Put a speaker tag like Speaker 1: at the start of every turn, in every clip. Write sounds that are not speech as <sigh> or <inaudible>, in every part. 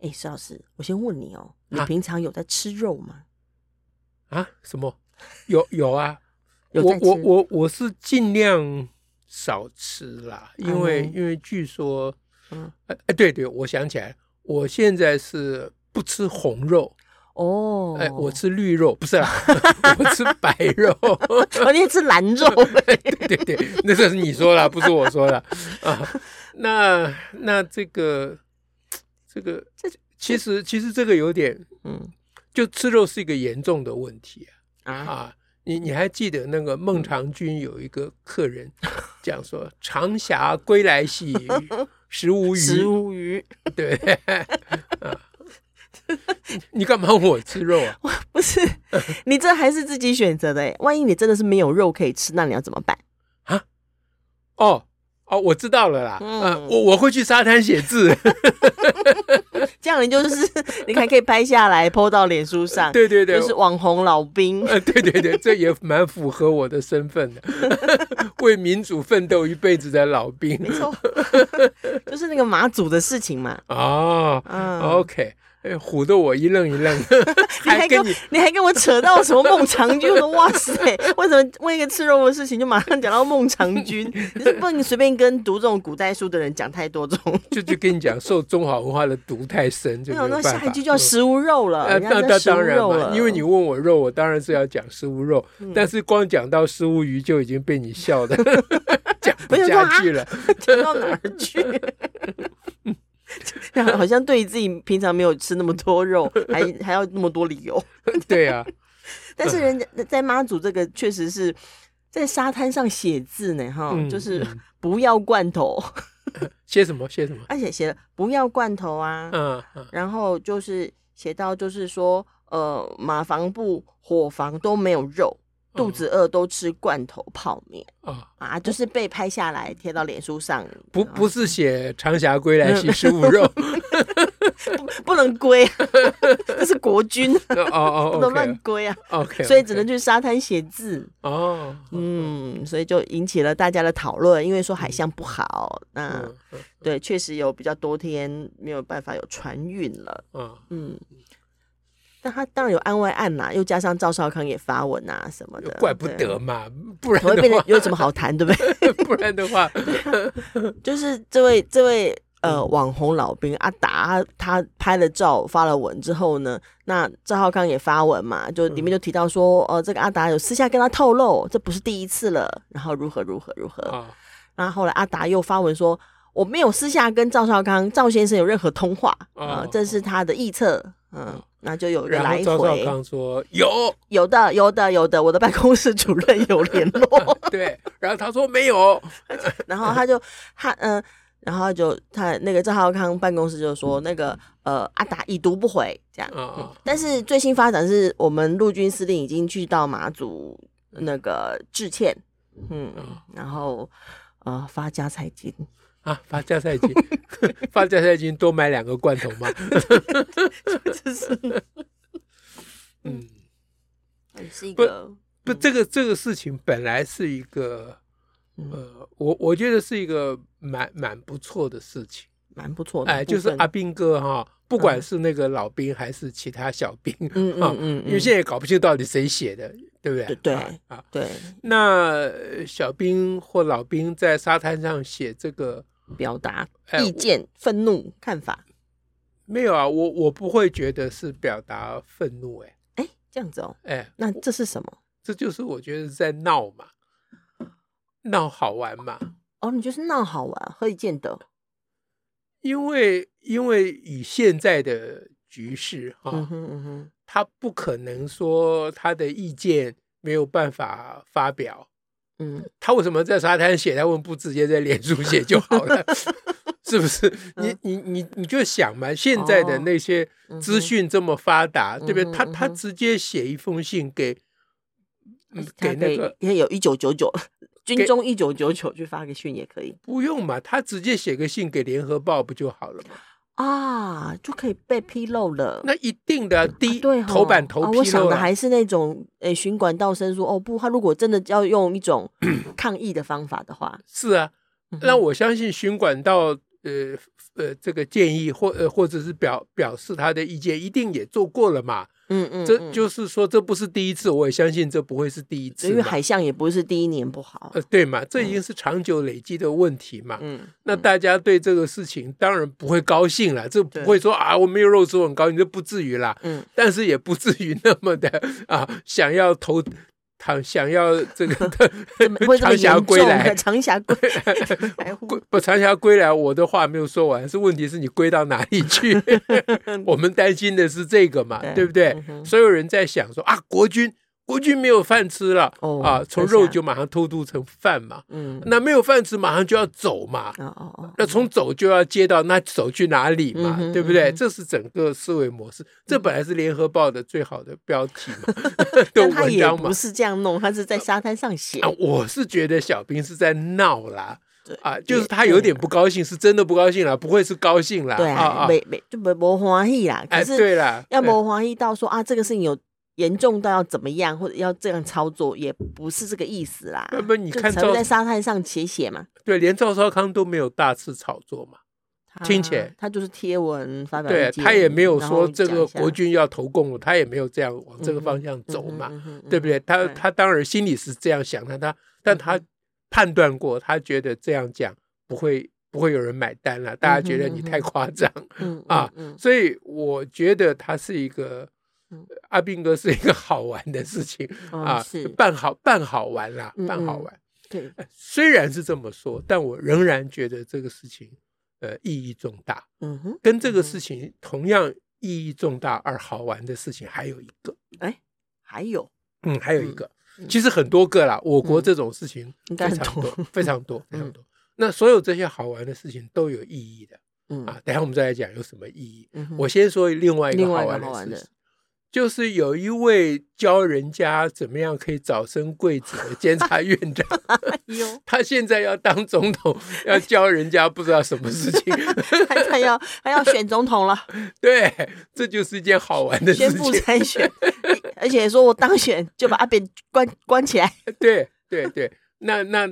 Speaker 1: 哎，石老师，我先问你哦，你
Speaker 2: 啊
Speaker 1: 平常有在吃肉吗？
Speaker 2: 啊，什么？有有啊，
Speaker 1: 有
Speaker 2: 我
Speaker 1: 在吃
Speaker 2: 我我我是尽量少吃啦，因为、
Speaker 1: 嗯
Speaker 2: 因为据说，
Speaker 1: 嗯
Speaker 2: 呃，哎对对，我想起来，我现在是不吃红肉，
Speaker 1: 哦，
Speaker 2: 哎、我吃绿肉，不是啦， <laughs> 我吃白肉。
Speaker 1: 我那天哦吃蓝 <laughs> 肉。
Speaker 2: <laughs> 对对对，那是你说了，不是我说了啊。那那这个这个，其实其实这个有点，
Speaker 1: 嗯
Speaker 2: 就吃肉是一个严重的问题啊。
Speaker 1: 啊，
Speaker 2: 啊，你你还记得那个孟尝君有一个
Speaker 1: <laughs>
Speaker 2: 客人讲说“长峡归来兮，食无
Speaker 1: <laughs>
Speaker 2: 鱼
Speaker 1: 食无鱼，”，
Speaker 2: 对 <laughs> 不对啊，你干嘛问我吃肉啊？
Speaker 1: 不是 <laughs> 你这还是自己选择的哎。万一你真的是没有肉可以吃，那你要怎么办？
Speaker 2: 哦哦，我知道了啦，
Speaker 1: 嗯
Speaker 2: 啊，我我会去沙滩
Speaker 1: <laughs>
Speaker 2: 写字，
Speaker 1: 这样你就是 <laughs> 你还可以拍下来，PO 到脸书上，
Speaker 2: 对对对
Speaker 1: 就，是网红老
Speaker 2: <laughs>
Speaker 1: 兵。
Speaker 2: 呃，对对对，这也蛮符合我的身份的， <laughs> 为民主奋斗一辈子的老兵
Speaker 1: 没错， <laughs> 就是那个马祖的事情嘛。
Speaker 2: 哦
Speaker 1: 嗯
Speaker 2: OK，哎唬得我一愣一愣，
Speaker 1: <laughs> 你还跟
Speaker 2: 跟
Speaker 1: 我你还跟我扯到什么孟尝君？我说 <laughs> 哇塞，为什么问一个吃肉的事情就马上讲到孟尝
Speaker 2: <laughs>
Speaker 1: 君？你是不能随便跟读这种古代书的人讲太多这种，
Speaker 2: 就就跟你讲，受中华文化的毒太深，就
Speaker 1: 没
Speaker 2: 没
Speaker 1: 有
Speaker 2: 有
Speaker 1: 那
Speaker 2: 办法。
Speaker 1: 下一句就要
Speaker 2: 嗯
Speaker 1: 食无肉了，
Speaker 2: 呃，
Speaker 1: 人家
Speaker 2: 那
Speaker 1: 就
Speaker 2: 那
Speaker 1: 食无
Speaker 2: 当然
Speaker 1: 肉
Speaker 2: 嘛，
Speaker 1: 了，嗯
Speaker 2: 因
Speaker 1: <laughs>
Speaker 2: 为你问我肉，我当然是要讲食无肉，但是光讲到食无鱼就已经被你笑的 <laughs> 讲不
Speaker 1: 没有说
Speaker 2: 下
Speaker 1: 啊
Speaker 2: 去了。
Speaker 1: 讲到哪儿去？这 <laughs> 样好像对自己平常没有吃那么多肉，还还要那么多理由。
Speaker 2: 对啊，
Speaker 1: 但是人家在妈祖这个确实是在沙滩上写字呢，哈，
Speaker 2: 嗯
Speaker 1: 就是
Speaker 2: 嗯
Speaker 1: <laughs> 不要罐头，
Speaker 2: 写什么写什么？
Speaker 1: 而且写了不要罐头啊，
Speaker 2: 嗯嗯，
Speaker 1: 然后就是写到就是说，呃，马房部、伙房都没有肉，
Speaker 2: 嗯
Speaker 1: 肚子饿都吃罐头泡面。
Speaker 2: 啊，
Speaker 1: 啊，就是被拍下来贴到脸书上，
Speaker 2: 不
Speaker 1: 然后
Speaker 2: 不是写长峡归
Speaker 1: 嗯
Speaker 2: 来兮食无肉，
Speaker 1: 不不能归，啊 <laughs> 这是国
Speaker 2: <laughs>
Speaker 1: 军，
Speaker 2: 哦哦
Speaker 1: 不能乱
Speaker 2: ，OK
Speaker 1: 归啊，
Speaker 2: OK，
Speaker 1: 所以只能去沙滩写字。
Speaker 2: 哦，
Speaker 1: 嗯，所以就引起了大家的讨论，因为说海象不好，那、
Speaker 2: 嗯嗯
Speaker 1: 对，确实有比较多天没有办法有船运了，
Speaker 2: 嗯，
Speaker 1: 嗯。但他当然有案外案啦、又加上赵少康也发文啊什么的，
Speaker 2: 怪不
Speaker 1: 对
Speaker 2: 得嘛，不然
Speaker 1: 才会变
Speaker 2: <laughs> 的
Speaker 1: 得
Speaker 2: 话，
Speaker 1: 有什么好谈，对不对？ <laughs>
Speaker 2: <laughs> 不然的话，
Speaker 1: 就是这位这位呃
Speaker 2: 嗯
Speaker 1: 网红老兵阿达，他他拍了照发了文之后呢，那赵浩康也发文嘛，就
Speaker 2: 嗯
Speaker 1: 里面就提到说，呃，这个阿达有私下跟他透露，这不是第一次了，然后如何如何如何，
Speaker 2: 啊，
Speaker 1: 然后后来阿达又发文说，我没有私下跟赵少康、赵先生有任何通话，啊、
Speaker 2: 哦
Speaker 1: 这是他的臆测，嗯，那就有人
Speaker 2: 然
Speaker 1: 来
Speaker 2: 后赵少
Speaker 1: 回，
Speaker 2: 康说有，
Speaker 1: 有的，有的，有的，我的办公室主任有联
Speaker 2: <laughs>
Speaker 1: 络，
Speaker 2: 对，然后他说没有，
Speaker 1: 然后他就他嗯、呃然后就他那个赵少康办公室就说那个呃阿达已读不回这样，
Speaker 2: 啊啊，
Speaker 1: 但是最新发展是我们陆军司令已经去到马祖
Speaker 2: 嗯
Speaker 1: 那个致歉，嗯，
Speaker 2: 哦
Speaker 1: 然后呃发家财金。
Speaker 2: 啊，发加赛金， <laughs> 发加赛金多买两个罐头
Speaker 1: <laughs>
Speaker 2: 嘛。
Speaker 1: 就是，
Speaker 2: 嗯，
Speaker 1: 是一
Speaker 2: 不
Speaker 1: 个
Speaker 2: 不，这个这个事情本来是一个，
Speaker 1: 嗯
Speaker 2: 呃，我我觉得是一个蛮蛮不错的事情。
Speaker 1: 蛮不错的部分，
Speaker 2: 哎，就是阿兵哥哈，不管是那个老兵还是其他小兵，
Speaker 1: 嗯
Speaker 2: 啊
Speaker 1: 嗯嗯，
Speaker 2: 因为现
Speaker 1: 些
Speaker 2: 在也搞不清到底谁写的，对不对？
Speaker 1: 对对
Speaker 2: 啊啊，
Speaker 1: 对
Speaker 2: 那呃小兵或老兵在沙滩上写这个。
Speaker 1: 表达
Speaker 2: 哎
Speaker 1: 意见、愤怒、看法，
Speaker 2: 没有啊，我我不会觉得是表达愤怒、哎
Speaker 1: 哎，这样子哦，
Speaker 2: 哎，
Speaker 1: 那这是什么？
Speaker 2: 这就是我觉得在闹嘛，闹好玩嘛，
Speaker 1: 哦，你就是闹好玩，何以见得？
Speaker 2: 因为因为以现在的局势哈、
Speaker 1: 嗯哼嗯哼，
Speaker 2: 他不可能说他的意见没有办法发表，
Speaker 1: 嗯，
Speaker 2: 他为什么在沙滩写？他为什么不直接在脸书写就好了？ <laughs> 是不是？你
Speaker 1: 嗯
Speaker 2: 你你你就想嘛，现在的
Speaker 1: 哦
Speaker 2: 那些
Speaker 1: 嗯
Speaker 2: 资
Speaker 1: 哼
Speaker 2: 讯这么发达，对不对？
Speaker 1: 嗯哼
Speaker 2: 他
Speaker 1: 嗯
Speaker 2: 他
Speaker 1: 哼
Speaker 2: 直接写一封信给，嗯，
Speaker 1: 他
Speaker 2: 给
Speaker 1: 可
Speaker 2: 那
Speaker 1: 以
Speaker 2: 个
Speaker 1: 也有一九九九，军中一九九九去发个讯也可以
Speaker 2: 不用嘛，他直接写个信给联合报不就好了嘛？
Speaker 1: 啊，就可以被披露了。
Speaker 2: 那一定的啊，第一、
Speaker 1: 啊对吼
Speaker 2: 头版头
Speaker 1: 啊
Speaker 2: 披
Speaker 1: 我想的
Speaker 2: 露了，
Speaker 1: 还是那种诶，循管道申诉哦不，他如果真的要用一
Speaker 2: <clears throat>
Speaker 1: 种抗议的方法的话，
Speaker 2: 是啊。
Speaker 1: 嗯哼
Speaker 2: 那我相信巡管道呃呃这个建议或呃或者是表表示他的意见，一定也做过了嘛。
Speaker 1: 嗯嗯，
Speaker 2: 这
Speaker 1: 嗯
Speaker 2: 就是说这不是第一次，我也相信这不会是第一次
Speaker 1: 因为
Speaker 2: 嘛。
Speaker 1: 海象也不是第一年不好，
Speaker 2: 呃，对嘛，这已经是长久累积的问题嘛。
Speaker 1: 嗯，
Speaker 2: 那
Speaker 1: 嗯
Speaker 2: 大家对这个事情当然不会高兴了，这不
Speaker 1: 对
Speaker 2: 会说啊我没有肉吃我很高兴，这不至于啦。
Speaker 1: 嗯
Speaker 2: 但是也不至于那么的 <laughs> 啊，想要投他想要这个的
Speaker 1: 这么会这么
Speaker 2: 长
Speaker 1: 严
Speaker 2: 峡
Speaker 1: 重
Speaker 2: 归来
Speaker 1: 的，长峡
Speaker 2: <laughs>
Speaker 1: 归来呼
Speaker 2: 归不长峡归来，我的话没有说完，是问题是你归到哪里
Speaker 1: <laughs>
Speaker 2: 去？ <laughs> 我们担心的是这个嘛，
Speaker 1: 对
Speaker 2: 对不对
Speaker 1: 嗯？哼
Speaker 2: 所有人在想说啊，国军国军没有饭吃了、
Speaker 1: 哦
Speaker 2: 啊，从
Speaker 1: 真是啊
Speaker 2: 肉就马上偷渡成饭嘛，
Speaker 1: 嗯，
Speaker 2: 那没有饭吃马上就要走嘛。
Speaker 1: 哦哦
Speaker 2: <laughs>
Speaker 1: 哦，
Speaker 2: 那从走就要接到，那走去哪里
Speaker 1: 嗯
Speaker 2: 嘛？
Speaker 1: 哼
Speaker 2: 对不对？
Speaker 1: 嗯哼嗯
Speaker 2: 这是整个思维模式，这本来是联合报的最好的标题
Speaker 1: <laughs>
Speaker 2: 嘛 <laughs> 的
Speaker 1: 但他
Speaker 2: 文
Speaker 1: 也
Speaker 2: 章嘛
Speaker 1: 不。是这样弄，他是在沙滩上写
Speaker 2: 啊，，我是觉得小兵是在闹啦
Speaker 1: 对，
Speaker 2: 啊，就是
Speaker 1: 也
Speaker 2: 他有点不高兴，是真的不高兴啦，不会是高兴啦，
Speaker 1: 对
Speaker 2: 啊
Speaker 1: 啊，
Speaker 2: 啊，
Speaker 1: 没没就没没欢喜啦，可
Speaker 2: 哎，
Speaker 1: 是
Speaker 2: 对啦，
Speaker 1: 要
Speaker 2: 嗯
Speaker 1: 没欢喜到说啊，这个事情有严重到要怎么样，或者要这样操作，也不是这个意思啦。
Speaker 2: 那么你
Speaker 1: 就
Speaker 2: 看
Speaker 1: 才会
Speaker 2: 赵
Speaker 1: 在沙滩上写写嘛，
Speaker 2: 对，连赵少康都没有大肆炒作嘛，
Speaker 1: 他
Speaker 2: 听起来
Speaker 1: 他就是贴文发表
Speaker 2: 对
Speaker 1: 意见
Speaker 2: 他也没有
Speaker 1: 然
Speaker 2: 说
Speaker 1: 后
Speaker 2: 这
Speaker 1: 讲
Speaker 2: 个
Speaker 1: 一下
Speaker 2: 国军要投共，他也没有这样往这
Speaker 1: 嗯
Speaker 2: 个
Speaker 1: 哼
Speaker 2: 方向走嘛，
Speaker 1: 嗯哼嗯哼
Speaker 2: 对不对？他
Speaker 1: 对嗯
Speaker 2: 他当然心里是这样想的，他但他判断过，他觉得这样讲不会不会有人买单了，大家觉得
Speaker 1: 嗯哼
Speaker 2: 你
Speaker 1: 嗯哼
Speaker 2: 太夸张，
Speaker 1: 嗯
Speaker 2: 啊
Speaker 1: 嗯
Speaker 2: 所以我觉得他是一个
Speaker 1: 嗯。
Speaker 2: 阿兵哥是一个好玩的事情
Speaker 1: 嗯
Speaker 2: 啊， <laughs>
Speaker 1: 是
Speaker 2: 办好办好玩啦
Speaker 1: 嗯，
Speaker 2: 办好
Speaker 1: 嗯
Speaker 2: 玩。
Speaker 1: 对，
Speaker 2: 哎虽然是这么说，但我仍然觉得这个事情呃意义重大，
Speaker 1: 嗯哼，
Speaker 2: 跟这
Speaker 1: 嗯
Speaker 2: 个事情同样意义重大而好玩的事情还有一个，
Speaker 1: 还有
Speaker 2: 嗯，还有一个
Speaker 1: 嗯，嗯
Speaker 2: 其实很多个啦。我国
Speaker 1: 嗯
Speaker 2: 这种事情
Speaker 1: 应该
Speaker 2: 非
Speaker 1: 很
Speaker 2: 常
Speaker 1: 多
Speaker 2: 多，非常
Speaker 1: <laughs>
Speaker 2: 多，非
Speaker 1: 嗯
Speaker 2: 常多。那所有这些好玩的事情都有意义的
Speaker 1: 嗯
Speaker 2: 啊，等一下我们再来讲有什么意义。
Speaker 1: 嗯哼
Speaker 2: 我先说另外一个
Speaker 1: 另
Speaker 2: 好
Speaker 1: 外一个
Speaker 2: 玩
Speaker 1: 好玩
Speaker 2: 的
Speaker 1: 的
Speaker 2: 事情，就是有一位教人家怎么样可以早生贵子的监察院长，
Speaker 1: 哎呦，
Speaker 2: 他现在要当总统，要教人家不知道什么事
Speaker 1: <laughs>
Speaker 2: 情。
Speaker 1: 还还要还要选总统了，
Speaker 2: 对，这就是一件好玩的事
Speaker 1: <laughs> 宣布
Speaker 2: 情。
Speaker 1: 参选， <laughs> 而且说我当选就把阿扁关关起
Speaker 2: <laughs>
Speaker 1: 来，
Speaker 2: 对对对，那那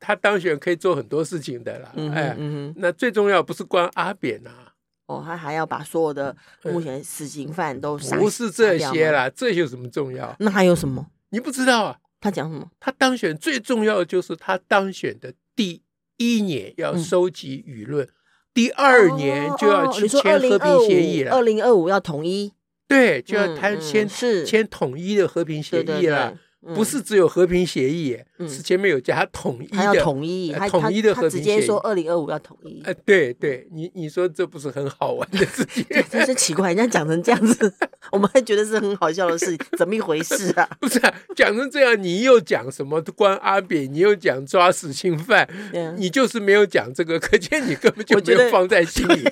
Speaker 2: 他当选可以做很多事情的啦。
Speaker 1: 嗯哼
Speaker 2: 哎，
Speaker 1: 嗯哼，
Speaker 2: 那最重要不是关阿扁啊，
Speaker 1: 哦，他还要把所有的
Speaker 2: 嗯
Speaker 1: 目前死刑犯都杀
Speaker 2: 不是这些，
Speaker 1: 杀掉吗
Speaker 2: 啦，这有什么重要？
Speaker 1: 那还有什么？
Speaker 2: 你不知道啊？
Speaker 1: 他讲什么？
Speaker 2: 他当选最重要的就是他当选的第一年要
Speaker 1: 嗯
Speaker 2: 收集舆论，第二年就
Speaker 1: 哦
Speaker 2: 要去签和平协议了。
Speaker 1: 二零二五要统一，
Speaker 2: 对，就要
Speaker 1: 嗯
Speaker 2: 谈
Speaker 1: 嗯
Speaker 2: 签、
Speaker 1: 是
Speaker 2: 签统一的和平协
Speaker 1: 对
Speaker 2: 议了。
Speaker 1: 对对，嗯
Speaker 2: 不是只有和平协议，
Speaker 1: 嗯
Speaker 2: 是前面有加统一的。
Speaker 1: 他要统一，
Speaker 2: 呃
Speaker 1: 他
Speaker 2: 统一的
Speaker 1: 他他
Speaker 2: 和平
Speaker 1: 直
Speaker 2: 协
Speaker 1: 接
Speaker 2: 议
Speaker 1: 说二零二五要统一
Speaker 2: 呃，，对对，你你说这不是很好玩的事情？
Speaker 1: 真是奇怪，人家讲成这样子， <laughs> 我们还觉得是很好笑的事，
Speaker 2: <laughs>
Speaker 1: 情，怎么一回事啊？
Speaker 2: <laughs>
Speaker 1: <laughs>
Speaker 2: 不是、啊、讲成这样，你又讲什么关阿扁，你又讲抓死刑犯，
Speaker 1: 对啊
Speaker 2: 你就是没有讲这个，可见你根本就
Speaker 1: 我
Speaker 2: 没
Speaker 1: 觉
Speaker 2: 有
Speaker 1: 得
Speaker 2: 放在心里。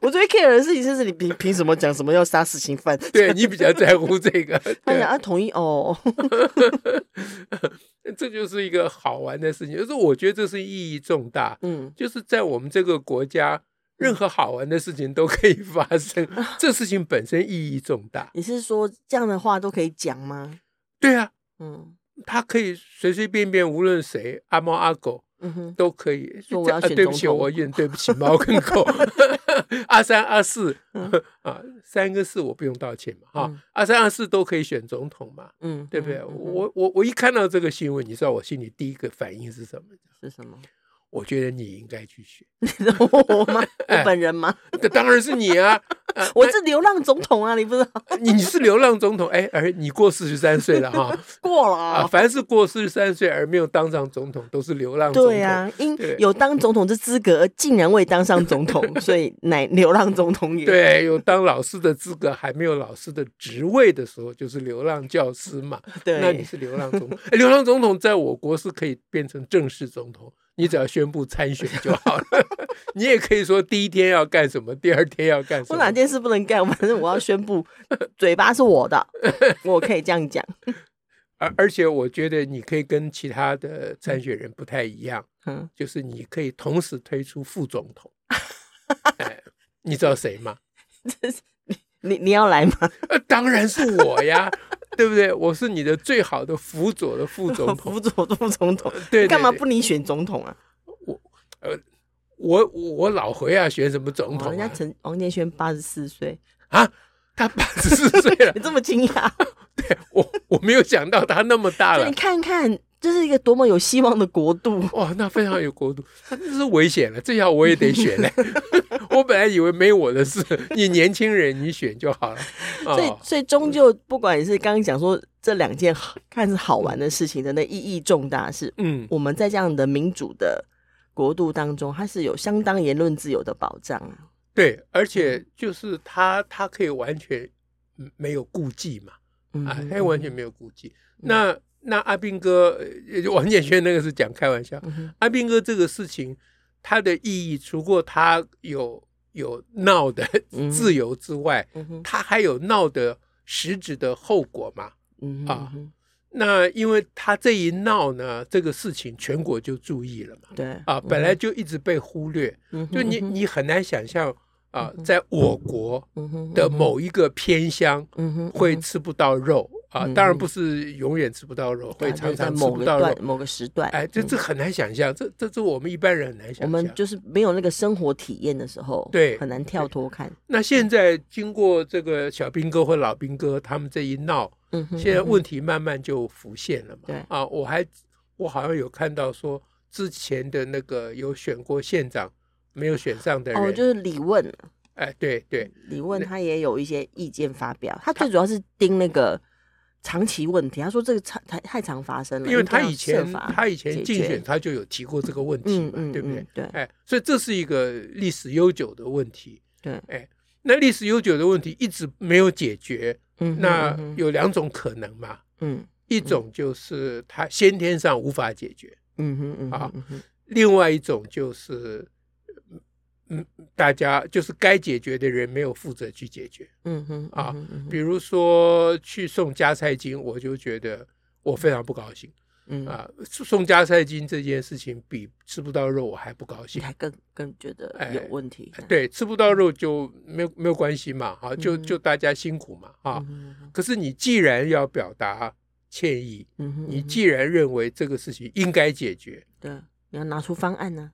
Speaker 1: 我最 care 的事情就是你凭凭什么讲什么要杀死刑 <laughs> 犯？
Speaker 2: <laughs> 对你比较在乎这个，
Speaker 1: <laughs> 他
Speaker 2: 对
Speaker 1: 想，啊，统一哦，
Speaker 2: 这就是一个好玩的事情。就是我觉得这是意义重大，
Speaker 1: 嗯，
Speaker 2: 就是在我们这个国家，任何好玩的事情都可以发
Speaker 1: <laughs>
Speaker 2: 生，这事情本身意义重大。
Speaker 1: 你是说这样的话都可以讲吗？
Speaker 2: 对啊，
Speaker 1: 嗯
Speaker 2: 他可以随随便便，无论谁，阿猫阿狗
Speaker 1: 嗯哼，
Speaker 2: 都可以
Speaker 1: 说我
Speaker 2: 这
Speaker 1: 要
Speaker 2: 啊
Speaker 1: 选
Speaker 2: 对不
Speaker 1: 总
Speaker 2: 起，
Speaker 1: 统 <laughs>
Speaker 2: 我愿对不起猫跟狗，阿三阿四 <laughs> 啊，三跟四我不用道歉嘛哈
Speaker 1: 嗯，
Speaker 2: 阿三阿四都可以选总统嘛，
Speaker 1: 嗯，
Speaker 2: 对不对？
Speaker 1: 嗯嗯
Speaker 2: 我我我一看到这个新闻，你知道我心里第一个反应是什么？
Speaker 1: <laughs> 是什么？
Speaker 2: 我觉得你应该去选，
Speaker 1: <laughs> 我吗？
Speaker 2: 哎
Speaker 1: 我本人 <laughs> 吗？
Speaker 2: 这当然是你啊！啊
Speaker 1: 我是流浪总统啊，你不知道
Speaker 2: 你你是流浪总统，哎，而你过四十三岁
Speaker 1: <laughs>
Speaker 2: 了哈
Speaker 1: 过了
Speaker 2: 啊！
Speaker 1: 啊。
Speaker 2: 凡是过四十三岁而没有当上总统，都是流浪总统。
Speaker 1: 对啊，因
Speaker 2: 对
Speaker 1: 有当总统这资格，而竟然未当上总
Speaker 2: <laughs>
Speaker 1: 统，所以乃流浪总统也。
Speaker 2: 对，啊有当老师的资格，还没有老师的职位的时候，就是流浪教师嘛。那你
Speaker 1: 对，
Speaker 2: 是流浪总统，哎流浪总统在我国是可以变成正式总统，你只要宣布参选就好了。 <laughs> 你也可以说第一天要干什么，第二天要干什
Speaker 1: 我
Speaker 2: 么。
Speaker 1: 哪件事不能干？反正我要宣
Speaker 2: <laughs>
Speaker 1: 布，嘴巴是我的，我可以这样讲。
Speaker 2: 而而且我觉得你可以跟其他的参选人不太一样，
Speaker 1: 嗯，
Speaker 2: 就是你可以同时推出副总
Speaker 1: <laughs>
Speaker 2: 统。哎你知道谁吗？
Speaker 1: 你你要来吗？
Speaker 2: 呃，当然是我呀，对不对？我是你的最好的辅佐的副总统。
Speaker 1: <laughs> 辅佐副总统，
Speaker 2: <laughs> 对对
Speaker 1: 干嘛
Speaker 2: 对
Speaker 1: 不你选总统啊？
Speaker 2: 我我我老回啊，选什么总
Speaker 1: 哦
Speaker 2: 统
Speaker 1: 人
Speaker 2: 啊
Speaker 1: 家？陈王建轩八十四岁，
Speaker 2: 啊他八十四岁了
Speaker 1: 你，这么惊讶？
Speaker 2: <laughs> 我我没有想到他那么大
Speaker 1: 就
Speaker 2: 了
Speaker 1: 你。看看，这是一个多么有希望的国度。
Speaker 2: 哇，那非常有国度，那这是危险了，这下我也得选了。 <laughs> 我本来以为没我的事，你年轻人你选就好了。
Speaker 1: <laughs>
Speaker 2: 哦、
Speaker 1: 所以，所以终究不管是刚刚讲说这两件好看似好玩的事情，真的意义重大是，
Speaker 2: 嗯，
Speaker 1: 我们在这样的民主的国度当中，它是有相当言论自由的保障啊。
Speaker 2: 对，而
Speaker 1: 嗯
Speaker 2: 且就是他，他可以完全嗯没有顾忌嘛，
Speaker 1: 嗯
Speaker 2: 啊，他完全没有顾忌。那那阿兵哥，呃王建轩那个是讲开玩笑，
Speaker 1: 嗯哼
Speaker 2: 阿兵哥这个事情，它的意义除过他有有闹的
Speaker 1: 嗯
Speaker 2: 自由之外，
Speaker 1: 嗯哼
Speaker 2: 他还有闹的实质的后果嘛。
Speaker 1: 嗯哼
Speaker 2: 啊
Speaker 1: 嗯
Speaker 2: 那因为他这一闹呢，这个事情全国就注意了嘛，
Speaker 1: 哼对
Speaker 2: 啊，本
Speaker 1: 嗯
Speaker 2: 来就一直被忽略，
Speaker 1: 嗯哼
Speaker 2: 就你
Speaker 1: 嗯哼
Speaker 2: 你很难想象啊，在我国
Speaker 1: 嗯哼
Speaker 2: 的某一个偏乡
Speaker 1: 嗯哼
Speaker 2: 会
Speaker 1: 嗯
Speaker 2: 吃不到肉啊，
Speaker 1: 嗯
Speaker 2: 当然不是永远吃不到肉，
Speaker 1: 哼
Speaker 2: 会
Speaker 1: 啊对
Speaker 2: 常
Speaker 1: 在
Speaker 2: 常吃
Speaker 1: 某
Speaker 2: 不
Speaker 1: 个
Speaker 2: 到肉
Speaker 1: 段，某个时段，
Speaker 2: 哎，这这
Speaker 1: 嗯
Speaker 2: 很难想象，这这这我们一般人很难
Speaker 1: 我
Speaker 2: 想
Speaker 1: 们
Speaker 2: 象。
Speaker 1: 就是没有那个生活体验的时候，
Speaker 2: 对
Speaker 1: 很难跳脱看。
Speaker 2: 那现在经过这个小兵哥或老兵哥他们这一闹，
Speaker 1: 嗯哼，
Speaker 2: 现在问题慢慢就浮现了嘛。
Speaker 1: 对
Speaker 2: 啊，我还我好像有看到说之前的那个有选过县长没有选上的人，
Speaker 1: 哦，就是李问，
Speaker 2: 哎，对对，
Speaker 1: 李问他也有一些意见发表，他最主要是盯那个长期问题，他说这个太太太常发生了，
Speaker 2: 因为
Speaker 1: 应该
Speaker 2: 他
Speaker 1: 要
Speaker 2: 以前
Speaker 1: 设法
Speaker 2: 他以前
Speaker 1: 解
Speaker 2: 竞
Speaker 1: 决
Speaker 2: 选他就有提过这个问题
Speaker 1: 嗯
Speaker 2: 嘛，
Speaker 1: 嗯
Speaker 2: 对不对
Speaker 1: 嗯？对
Speaker 2: 哎，所以这是一个历史悠久的问题。
Speaker 1: 对，
Speaker 2: 哎，那历史悠久的问题一直没有解决，
Speaker 1: 嗯哼
Speaker 2: 那
Speaker 1: 嗯哼
Speaker 2: 有两种可能嘛，
Speaker 1: 嗯
Speaker 2: 一种就是他先天上无法解决，
Speaker 1: 嗯哼嗯
Speaker 2: 啊
Speaker 1: 哼嗯哼
Speaker 2: 另外一种就是，嗯，大家就是该解决的人没有负责去解决。
Speaker 1: 嗯哼
Speaker 2: 啊
Speaker 1: 嗯哼
Speaker 2: 比如说去送加菜金，我就觉得我非常不高兴
Speaker 1: 嗯哼嗯
Speaker 2: 啊！送加菜金这件事情比吃不到肉我还不高
Speaker 1: 你
Speaker 2: 兴。
Speaker 1: 还更更觉得
Speaker 2: 哎
Speaker 1: 有问题，
Speaker 2: 对，吃不到肉就没有没有关系嘛，啊，就
Speaker 1: 嗯
Speaker 2: 就大家辛苦嘛，啊。
Speaker 1: 嗯哼嗯哼
Speaker 2: 可是你既然要表达歉意，
Speaker 1: 嗯哼，
Speaker 2: 你
Speaker 1: 嗯哼
Speaker 2: 既然认为这个事情应该解决，
Speaker 1: 对，你要拿出方案呢，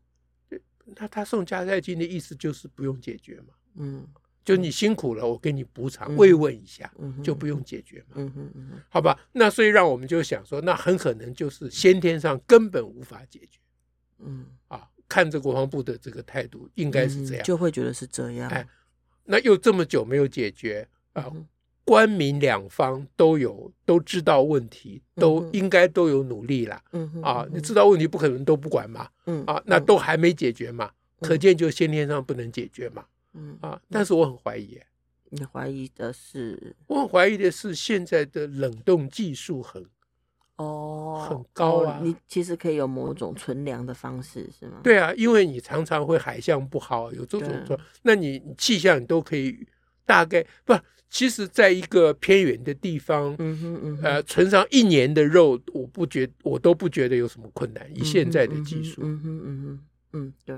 Speaker 2: 那他送加菜金的意思就是不用解决嘛。
Speaker 1: 嗯
Speaker 2: 就你辛苦了，我给你补偿
Speaker 1: 嗯
Speaker 2: 慰问一下，
Speaker 1: 嗯哼，
Speaker 2: 就不用解决嘛，
Speaker 1: 嗯哼嗯哼，
Speaker 2: 好吧？那所以让我们就想说，那很可能就是先天上根本无法解决
Speaker 1: 嗯，
Speaker 2: 啊。看着国防部的这个态度，应该是这样
Speaker 1: 嗯。就会觉得是这样，
Speaker 2: 哎那又这么久没有解决啊，
Speaker 1: 嗯
Speaker 2: 官民两方都有都知道问题，都
Speaker 1: 嗯哼
Speaker 2: 应该都有努力啦。
Speaker 1: 嗯哼
Speaker 2: 啊
Speaker 1: 嗯，
Speaker 2: 你
Speaker 1: 哼
Speaker 2: 知道问题不可能都不管嘛，
Speaker 1: 嗯
Speaker 2: 啊，那都还没解决嘛，
Speaker 1: 嗯
Speaker 2: 可见就先天上不能解决嘛，
Speaker 1: 嗯，嗯
Speaker 2: 啊，但是我很怀疑、
Speaker 1: 你怀疑的是
Speaker 2: 我很怀疑的是，现在的冷冻技术很
Speaker 1: 哦，
Speaker 2: 很高啊
Speaker 1: 哦你其实可以有某种存粮的方式，是吗？，
Speaker 2: 对啊，因为你常常会海象不好，有这种
Speaker 1: 对
Speaker 2: 状，那你你气象你都可以大概不，其实在一个偏远的地方，
Speaker 1: 嗯哼嗯哼，
Speaker 2: 呃，存上一年的肉，我不觉我都不觉得有什么困难，以
Speaker 1: 嗯
Speaker 2: 现
Speaker 1: 哼
Speaker 2: 在的
Speaker 1: 嗯
Speaker 2: 技
Speaker 1: 哼
Speaker 2: 术，啊
Speaker 1: 嗯哼嗯哼，嗯，对，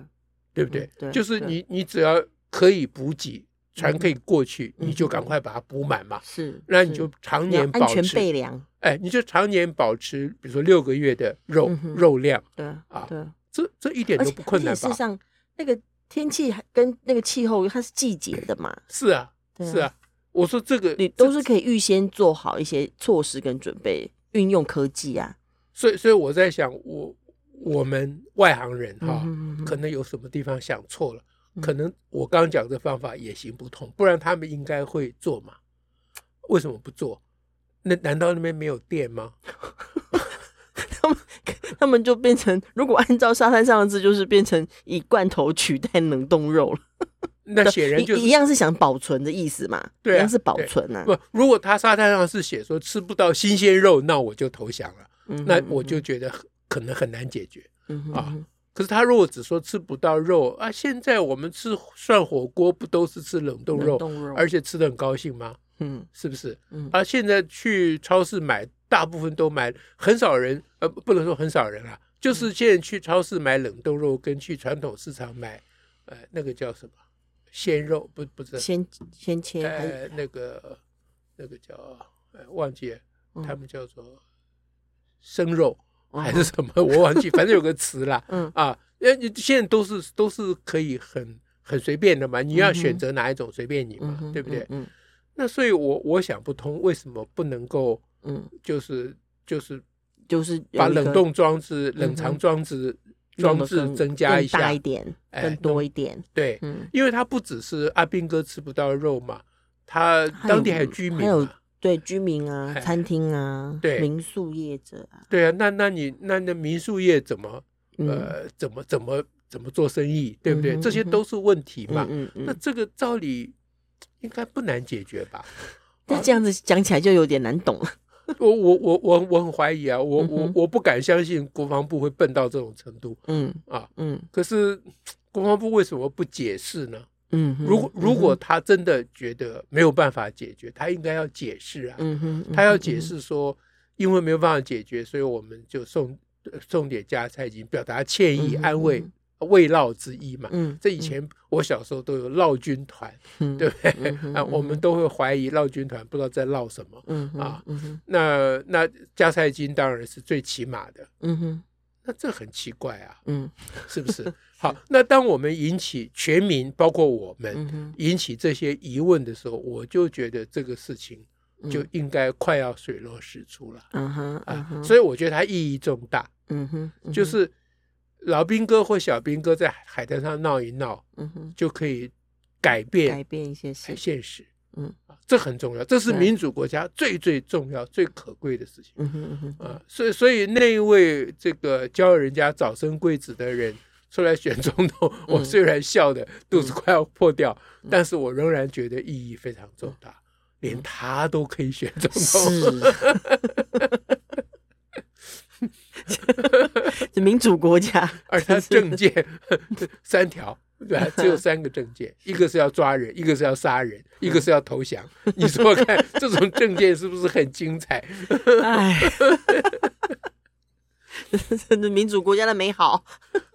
Speaker 2: 对不对
Speaker 1: 嗯？对
Speaker 2: 就是
Speaker 1: 对
Speaker 2: 你你只要可以补给，船可以过去，
Speaker 1: 嗯
Speaker 2: 你就赶快把它补满嘛，
Speaker 1: 是，
Speaker 2: 那你
Speaker 1: 是
Speaker 2: 就常
Speaker 1: 你要
Speaker 2: 年
Speaker 1: 安
Speaker 2: 保
Speaker 1: 全备
Speaker 2: 持，
Speaker 1: 粮，
Speaker 2: 哎，你就常年保持，比如说六个月的肉
Speaker 1: 嗯哼
Speaker 2: 肉量。
Speaker 1: 对
Speaker 2: 啊
Speaker 1: 对，
Speaker 2: 这这一点
Speaker 1: 而
Speaker 2: 都
Speaker 1: 且
Speaker 2: 不困难
Speaker 1: 而且事实
Speaker 2: 吧？
Speaker 1: 上，那个天气还跟那个气候它是季节的嘛，
Speaker 2: 是啊，
Speaker 1: 对
Speaker 2: 是啊，我说这个
Speaker 1: 你
Speaker 2: 这
Speaker 1: 都是可以预先做好一些措施跟准备，运用科技啊，
Speaker 2: 所以所以我在想，我我们外行人哈，
Speaker 1: 嗯哼
Speaker 2: 可能有什么地方想错了，
Speaker 1: 嗯
Speaker 2: 可能我刚讲的方法也行不通，不然他们应该会做嘛？为什么不做？那难道那边没有电吗？
Speaker 1: 他们就变成，如果按照沙滩上的字，就是变成以罐头取代冷冻肉了。
Speaker 2: 那显然
Speaker 1: 一
Speaker 2: 就
Speaker 1: 一
Speaker 2: 是
Speaker 1: 样是想保存的意思嘛，
Speaker 2: 对啊
Speaker 1: 一样是保存啊。
Speaker 2: 不。如果他沙滩上是写说吃不到新鲜肉，那我就投降了，
Speaker 1: 嗯哼
Speaker 2: 那我就觉得很可能很难解决。
Speaker 1: 嗯哼
Speaker 2: 啊
Speaker 1: 嗯哼
Speaker 2: 可是他如果只说吃不到肉啊，现在我们吃涮火锅不都是吃冷冻肉，
Speaker 1: 冻肉，
Speaker 2: 而且吃的很高兴吗？
Speaker 1: 嗯
Speaker 2: 是不是？
Speaker 1: 嗯
Speaker 2: 啊，现在去超市买，大部分都买，很少人呃，不不能说很少人啦，
Speaker 1: 嗯
Speaker 2: 就是现在去超市买冷冻肉，跟去传统市场买，呃，那个叫什么鲜肉，不不知道，
Speaker 1: 先先切还是
Speaker 2: 呃，那个那个叫呃忘记了，他们叫做生肉
Speaker 1: 嗯
Speaker 2: 还是什么，我忘记，反正有个词啦。
Speaker 1: <laughs> 嗯
Speaker 2: 啊，那你现在都是都是可以很很随便的嘛，你要
Speaker 1: 嗯哼
Speaker 2: 选择哪一种随便你
Speaker 1: 嗯
Speaker 2: 嘛，
Speaker 1: 哼
Speaker 2: 对不对？
Speaker 1: 嗯
Speaker 2: 那所以我我想不通，为什么不能够
Speaker 1: 嗯，
Speaker 2: 就是就是
Speaker 1: 嗯就是有
Speaker 2: 把
Speaker 1: 一个嗯
Speaker 2: 冷冻装置、
Speaker 1: 哼
Speaker 2: 冷藏装置、
Speaker 1: 弄
Speaker 2: 装
Speaker 1: 得
Speaker 2: 置
Speaker 1: 更
Speaker 2: 增加一
Speaker 1: 更大
Speaker 2: 下
Speaker 1: 一？点，
Speaker 2: 哎
Speaker 1: 更多一点，
Speaker 2: 对，
Speaker 1: 嗯，
Speaker 2: 因为它不只是阿兵哥吃不到肉嘛，他
Speaker 1: 还有
Speaker 2: 当地还有居民
Speaker 1: 还有
Speaker 2: 嘛。
Speaker 1: 对居民啊、
Speaker 2: 哎
Speaker 1: 餐厅啊、
Speaker 2: 对
Speaker 1: 民宿业者啊，
Speaker 2: 对啊，那那你那那民宿业怎么
Speaker 1: 嗯，
Speaker 2: 呃怎么怎么怎么做生意，对不
Speaker 1: 嗯
Speaker 2: 对？
Speaker 1: 哼
Speaker 2: 这些
Speaker 1: 嗯哼
Speaker 2: 都是问题嘛。
Speaker 1: 嗯嗯
Speaker 2: 那
Speaker 1: 嗯，
Speaker 2: 这个照理应该不难解决吧？
Speaker 1: 那这样子讲起来就有点难懂了，
Speaker 2: 我我我我我很怀疑啊，我
Speaker 1: 嗯
Speaker 2: 我
Speaker 1: 哼
Speaker 2: 我不敢相信国防部会笨到这种程度
Speaker 1: 嗯
Speaker 2: 啊！
Speaker 1: 嗯
Speaker 2: 可是国防部为什么不解释呢？
Speaker 1: 嗯，
Speaker 2: 如果如果
Speaker 1: 嗯
Speaker 2: 他真的觉得没有办法解决，他应该要解释啊，
Speaker 1: 嗯哼，嗯哼
Speaker 2: 他要解，释说因为没有办法解决，所以我们就送呃送点加菜金，表达歉意、
Speaker 1: 嗯哼
Speaker 2: 安慰呃
Speaker 1: 嗯、
Speaker 2: 慰劳之意嘛。
Speaker 1: 嗯，
Speaker 2: 这以前我小时候都有绕军团，
Speaker 1: 嗯
Speaker 2: 对，不对
Speaker 1: 嗯哼？
Speaker 2: 啊，我们都会怀疑绕军团不知道在绕什么。
Speaker 1: 嗯哼
Speaker 2: 啊，
Speaker 1: 嗯哼
Speaker 2: 那那加菜金当然是最起码的，
Speaker 1: 嗯哼
Speaker 2: 那这很奇怪啊，
Speaker 1: 嗯
Speaker 2: 是
Speaker 1: <laughs>
Speaker 2: 不是？好，那当我们引起全民，包括我们
Speaker 1: 嗯哼，
Speaker 2: 引起这些疑问的时候，我就觉得这个事情
Speaker 1: 嗯
Speaker 2: 就应该快要水落石出了
Speaker 1: 嗯哼嗯
Speaker 2: 啊，
Speaker 1: 哼，
Speaker 2: 所以我觉得它意义重大，
Speaker 1: 嗯哼，嗯
Speaker 2: 就
Speaker 1: 哼
Speaker 2: 是老兵哥或小兵哥在海滩上闹一闹，
Speaker 1: 嗯哼，
Speaker 2: 就可以改
Speaker 1: 改
Speaker 2: 变
Speaker 1: 变一些事，
Speaker 2: 现实。
Speaker 1: 嗯
Speaker 2: 啊，这很重要，这是
Speaker 1: 对
Speaker 2: 民主国家最最重要、最可贵的事情。
Speaker 1: 嗯哼嗯哼，
Speaker 2: 啊，所以所以那一位这个教人家早生贵子的人出来选总统，我虽然笑的肚子快要破掉，但是我仍然觉得意义非常重大，连他都可以选
Speaker 1: <laughs>
Speaker 2: 总统。
Speaker 1: 是。 <laughs> 这民主国家，
Speaker 2: 而他证件三条，对吧？只有三个证件，一个是要抓人，一个是要杀人，一个是要投降。你说说看，这种证件是不是很精彩？
Speaker 1: 哎， <laughs> 这是民主国家的美好。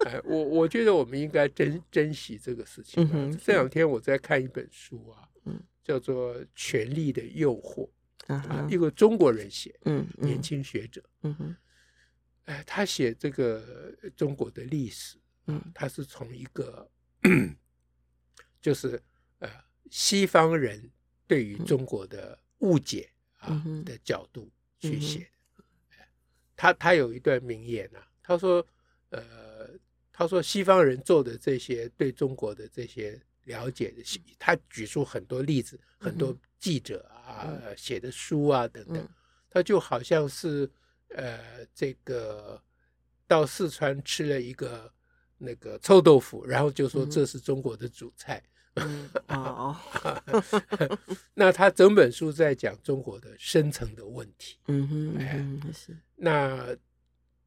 Speaker 2: 哎，我我觉得我们应该珍珍惜这个事情、啊。
Speaker 1: 嗯哼
Speaker 2: 这两天我在看一本书啊，
Speaker 1: 嗯
Speaker 2: 叫做《权力的诱惑》
Speaker 1: 啊
Speaker 2: 啊，
Speaker 1: 哈
Speaker 2: 一个中国人写，
Speaker 1: 嗯
Speaker 2: 年
Speaker 1: 嗯
Speaker 2: 轻学者，
Speaker 1: 嗯哼
Speaker 2: 哎，他写这个呃中国的历史，
Speaker 1: 嗯
Speaker 2: 他是从一个就是呃西方人对于中国的误解啊、
Speaker 1: 嗯哼
Speaker 2: 的角度去
Speaker 1: 嗯哼
Speaker 2: 写的。哎他他有一段名言啊，他说呃，他说西方人做的这些对中国的这些了解的，
Speaker 1: 嗯
Speaker 2: 他举出很多例子，很多记者啊、
Speaker 1: 嗯
Speaker 2: 呃写的书啊等等
Speaker 1: 嗯，
Speaker 2: 他就好像是呃这个到四川吃了一个那个臭豆腐，然后就说
Speaker 1: 嗯
Speaker 2: 这是中国的主菜。
Speaker 1: 嗯哦，
Speaker 2: 那他整本书在讲中国的深层的问题。
Speaker 1: <laughs> 嗯哼
Speaker 2: 哎
Speaker 1: 嗯哼是
Speaker 2: 那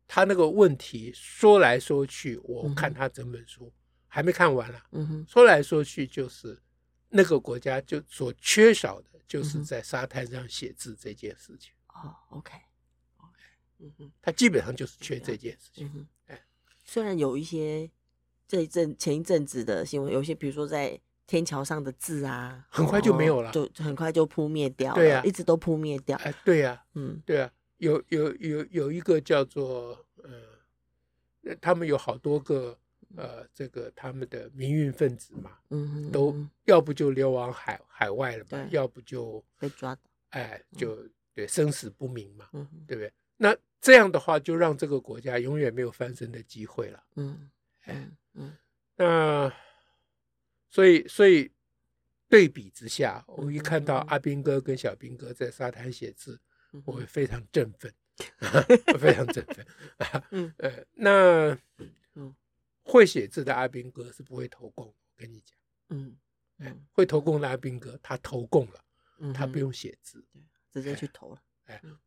Speaker 2: 他那个问题说来说去，我
Speaker 1: 嗯
Speaker 2: 看他整本书、还没看完啦、
Speaker 1: 嗯哼
Speaker 2: 说来说去就是那个国家就所缺少的，就
Speaker 1: 嗯
Speaker 2: 是
Speaker 1: 哼
Speaker 2: 在沙滩上写字这件事情，
Speaker 1: 哦 OK OK 嗯哼
Speaker 2: 他基本上就是缺这件事情
Speaker 1: 嗯。哼
Speaker 2: 哎
Speaker 1: 虽然有一些这一阵前一阵子的新闻，有一些比如说在天桥上的字啊，
Speaker 2: 很快就没有了
Speaker 1: 就就很快就扑灭掉了，
Speaker 2: 对啊
Speaker 1: 一直都扑灭掉，
Speaker 2: 哎，对呀、
Speaker 1: 嗯
Speaker 2: 对啊，有有有有一个叫做呃，他们有好多个呃，这个他们的民运分子嘛，
Speaker 1: 嗯哼，
Speaker 2: 都
Speaker 1: 嗯哼
Speaker 2: 要不就流亡海海外了嘛
Speaker 1: 对，
Speaker 2: 要不就
Speaker 1: 被抓到，
Speaker 2: 哎就对生死不明嘛，
Speaker 1: 嗯哼
Speaker 2: 对不对？那这样的话，就让这个国家永远没有翻身的机会了。
Speaker 1: 嗯
Speaker 2: 哎
Speaker 1: 嗯嗯
Speaker 2: 那所以所以对比之下，我一看到
Speaker 1: 嗯
Speaker 2: 阿兵哥跟小兵哥在沙滩写字，
Speaker 1: 嗯
Speaker 2: 我
Speaker 1: 哼
Speaker 2: 非常
Speaker 1: <laughs>
Speaker 2: 振奋，我非常振奋。
Speaker 1: 嗯
Speaker 2: <laughs> 呃，那
Speaker 1: 嗯
Speaker 2: 会写字的阿兵哥是不会投共，我跟你讲，
Speaker 1: 嗯
Speaker 2: 哎
Speaker 1: 嗯
Speaker 2: 会投共的阿兵哥他投共了，
Speaker 1: 嗯
Speaker 2: 他
Speaker 1: 哼
Speaker 2: 不用写字，
Speaker 1: 直接去投了，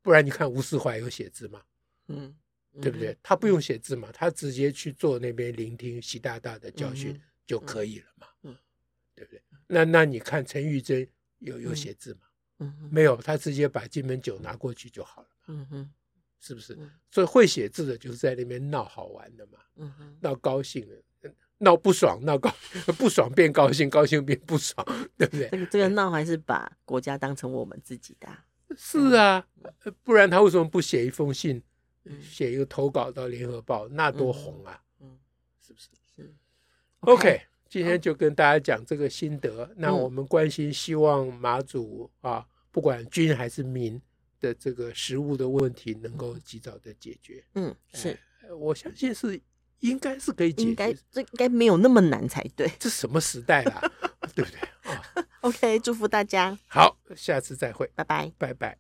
Speaker 2: 不然你看吴世怀有写字吗？
Speaker 1: 嗯
Speaker 2: 对不对？他不用写字嘛，他直接去坐那边聆听习大大的教训
Speaker 1: 嗯
Speaker 2: 就可以了嘛，
Speaker 1: 嗯
Speaker 2: 对不对？那那你看陈玉珍有有
Speaker 1: 嗯
Speaker 2: 写字吗？
Speaker 1: 嗯哼？
Speaker 2: 没有，他直接把金门酒拿过去就好了，
Speaker 1: 嗯哼，
Speaker 2: 是不是
Speaker 1: 嗯？
Speaker 2: 所以会写字的就是在那边闹好玩的嘛，
Speaker 1: 嗯哼，
Speaker 2: 闹高兴的，闹不爽，闹高 <laughs> 不爽变高兴，高兴变不爽，对不对
Speaker 1: 这？个这个闹还是把国家当成我们自己的啊、
Speaker 2: 是啊，呃不然他为什么不写一封信
Speaker 1: 嗯，
Speaker 2: 写一个投稿到联合报，那多红啊，
Speaker 1: 嗯，
Speaker 2: 是不是
Speaker 1: 是
Speaker 2: ？OK，今天就跟大家讲这个心得。那
Speaker 1: 嗯
Speaker 2: 我们关心，希望马祖啊，不管军还是民的这个食物的问题，能够及早的解决。
Speaker 1: 嗯是，
Speaker 2: 呃我相信是应该是可以解
Speaker 1: 应该
Speaker 2: 决。
Speaker 1: 这应该没有那么难才对。
Speaker 2: 这什么时代 <laughs> 啦，对不对啊？
Speaker 1: OK，祝福大家，
Speaker 2: 好，下次再会，
Speaker 1: 拜拜。
Speaker 2: 拜拜。